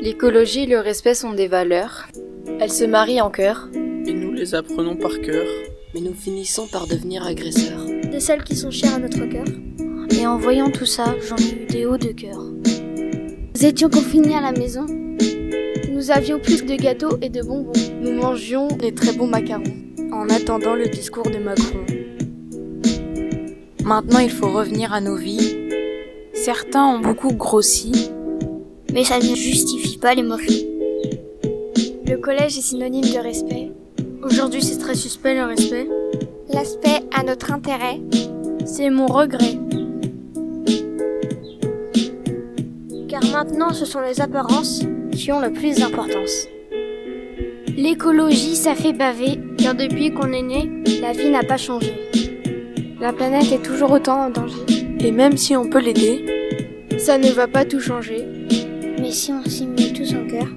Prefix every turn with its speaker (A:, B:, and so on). A: L'écologie et le respect sont des valeurs. Elles se marient en cœur.
B: Et nous les apprenons par cœur.
C: Mais nous finissons par devenir agresseurs.
D: de celles qui sont chères à notre cœur.
E: Et en voyant tout ça, j'en ai eu des hauts de cœur.
F: Nous étions confinés à la maison.
D: Nous avions plus de gâteaux et de bonbons.
G: Nous mangions des très bons macarons.
H: En attendant le discours de Macron.
I: Maintenant, il faut revenir à nos vies. Certains ont beaucoup grossi.
E: Mais ça ne justifie pas les moqueries.
D: Le collège est synonyme de respect.
E: Aujourd'hui, c'est très suspect le respect.
D: L'aspect à notre intérêt.
E: C'est mon regret.
D: Car maintenant, ce sont les apparences
E: qui ont le plus d'importance. L'écologie, ça fait baver, car depuis qu'on est né, la vie n'a pas changé.
D: La planète est toujours autant en danger.
H: Et même si on peut l'aider,
D: ça ne va pas tout changer.
E: Mais si on s'y met tous en cœur,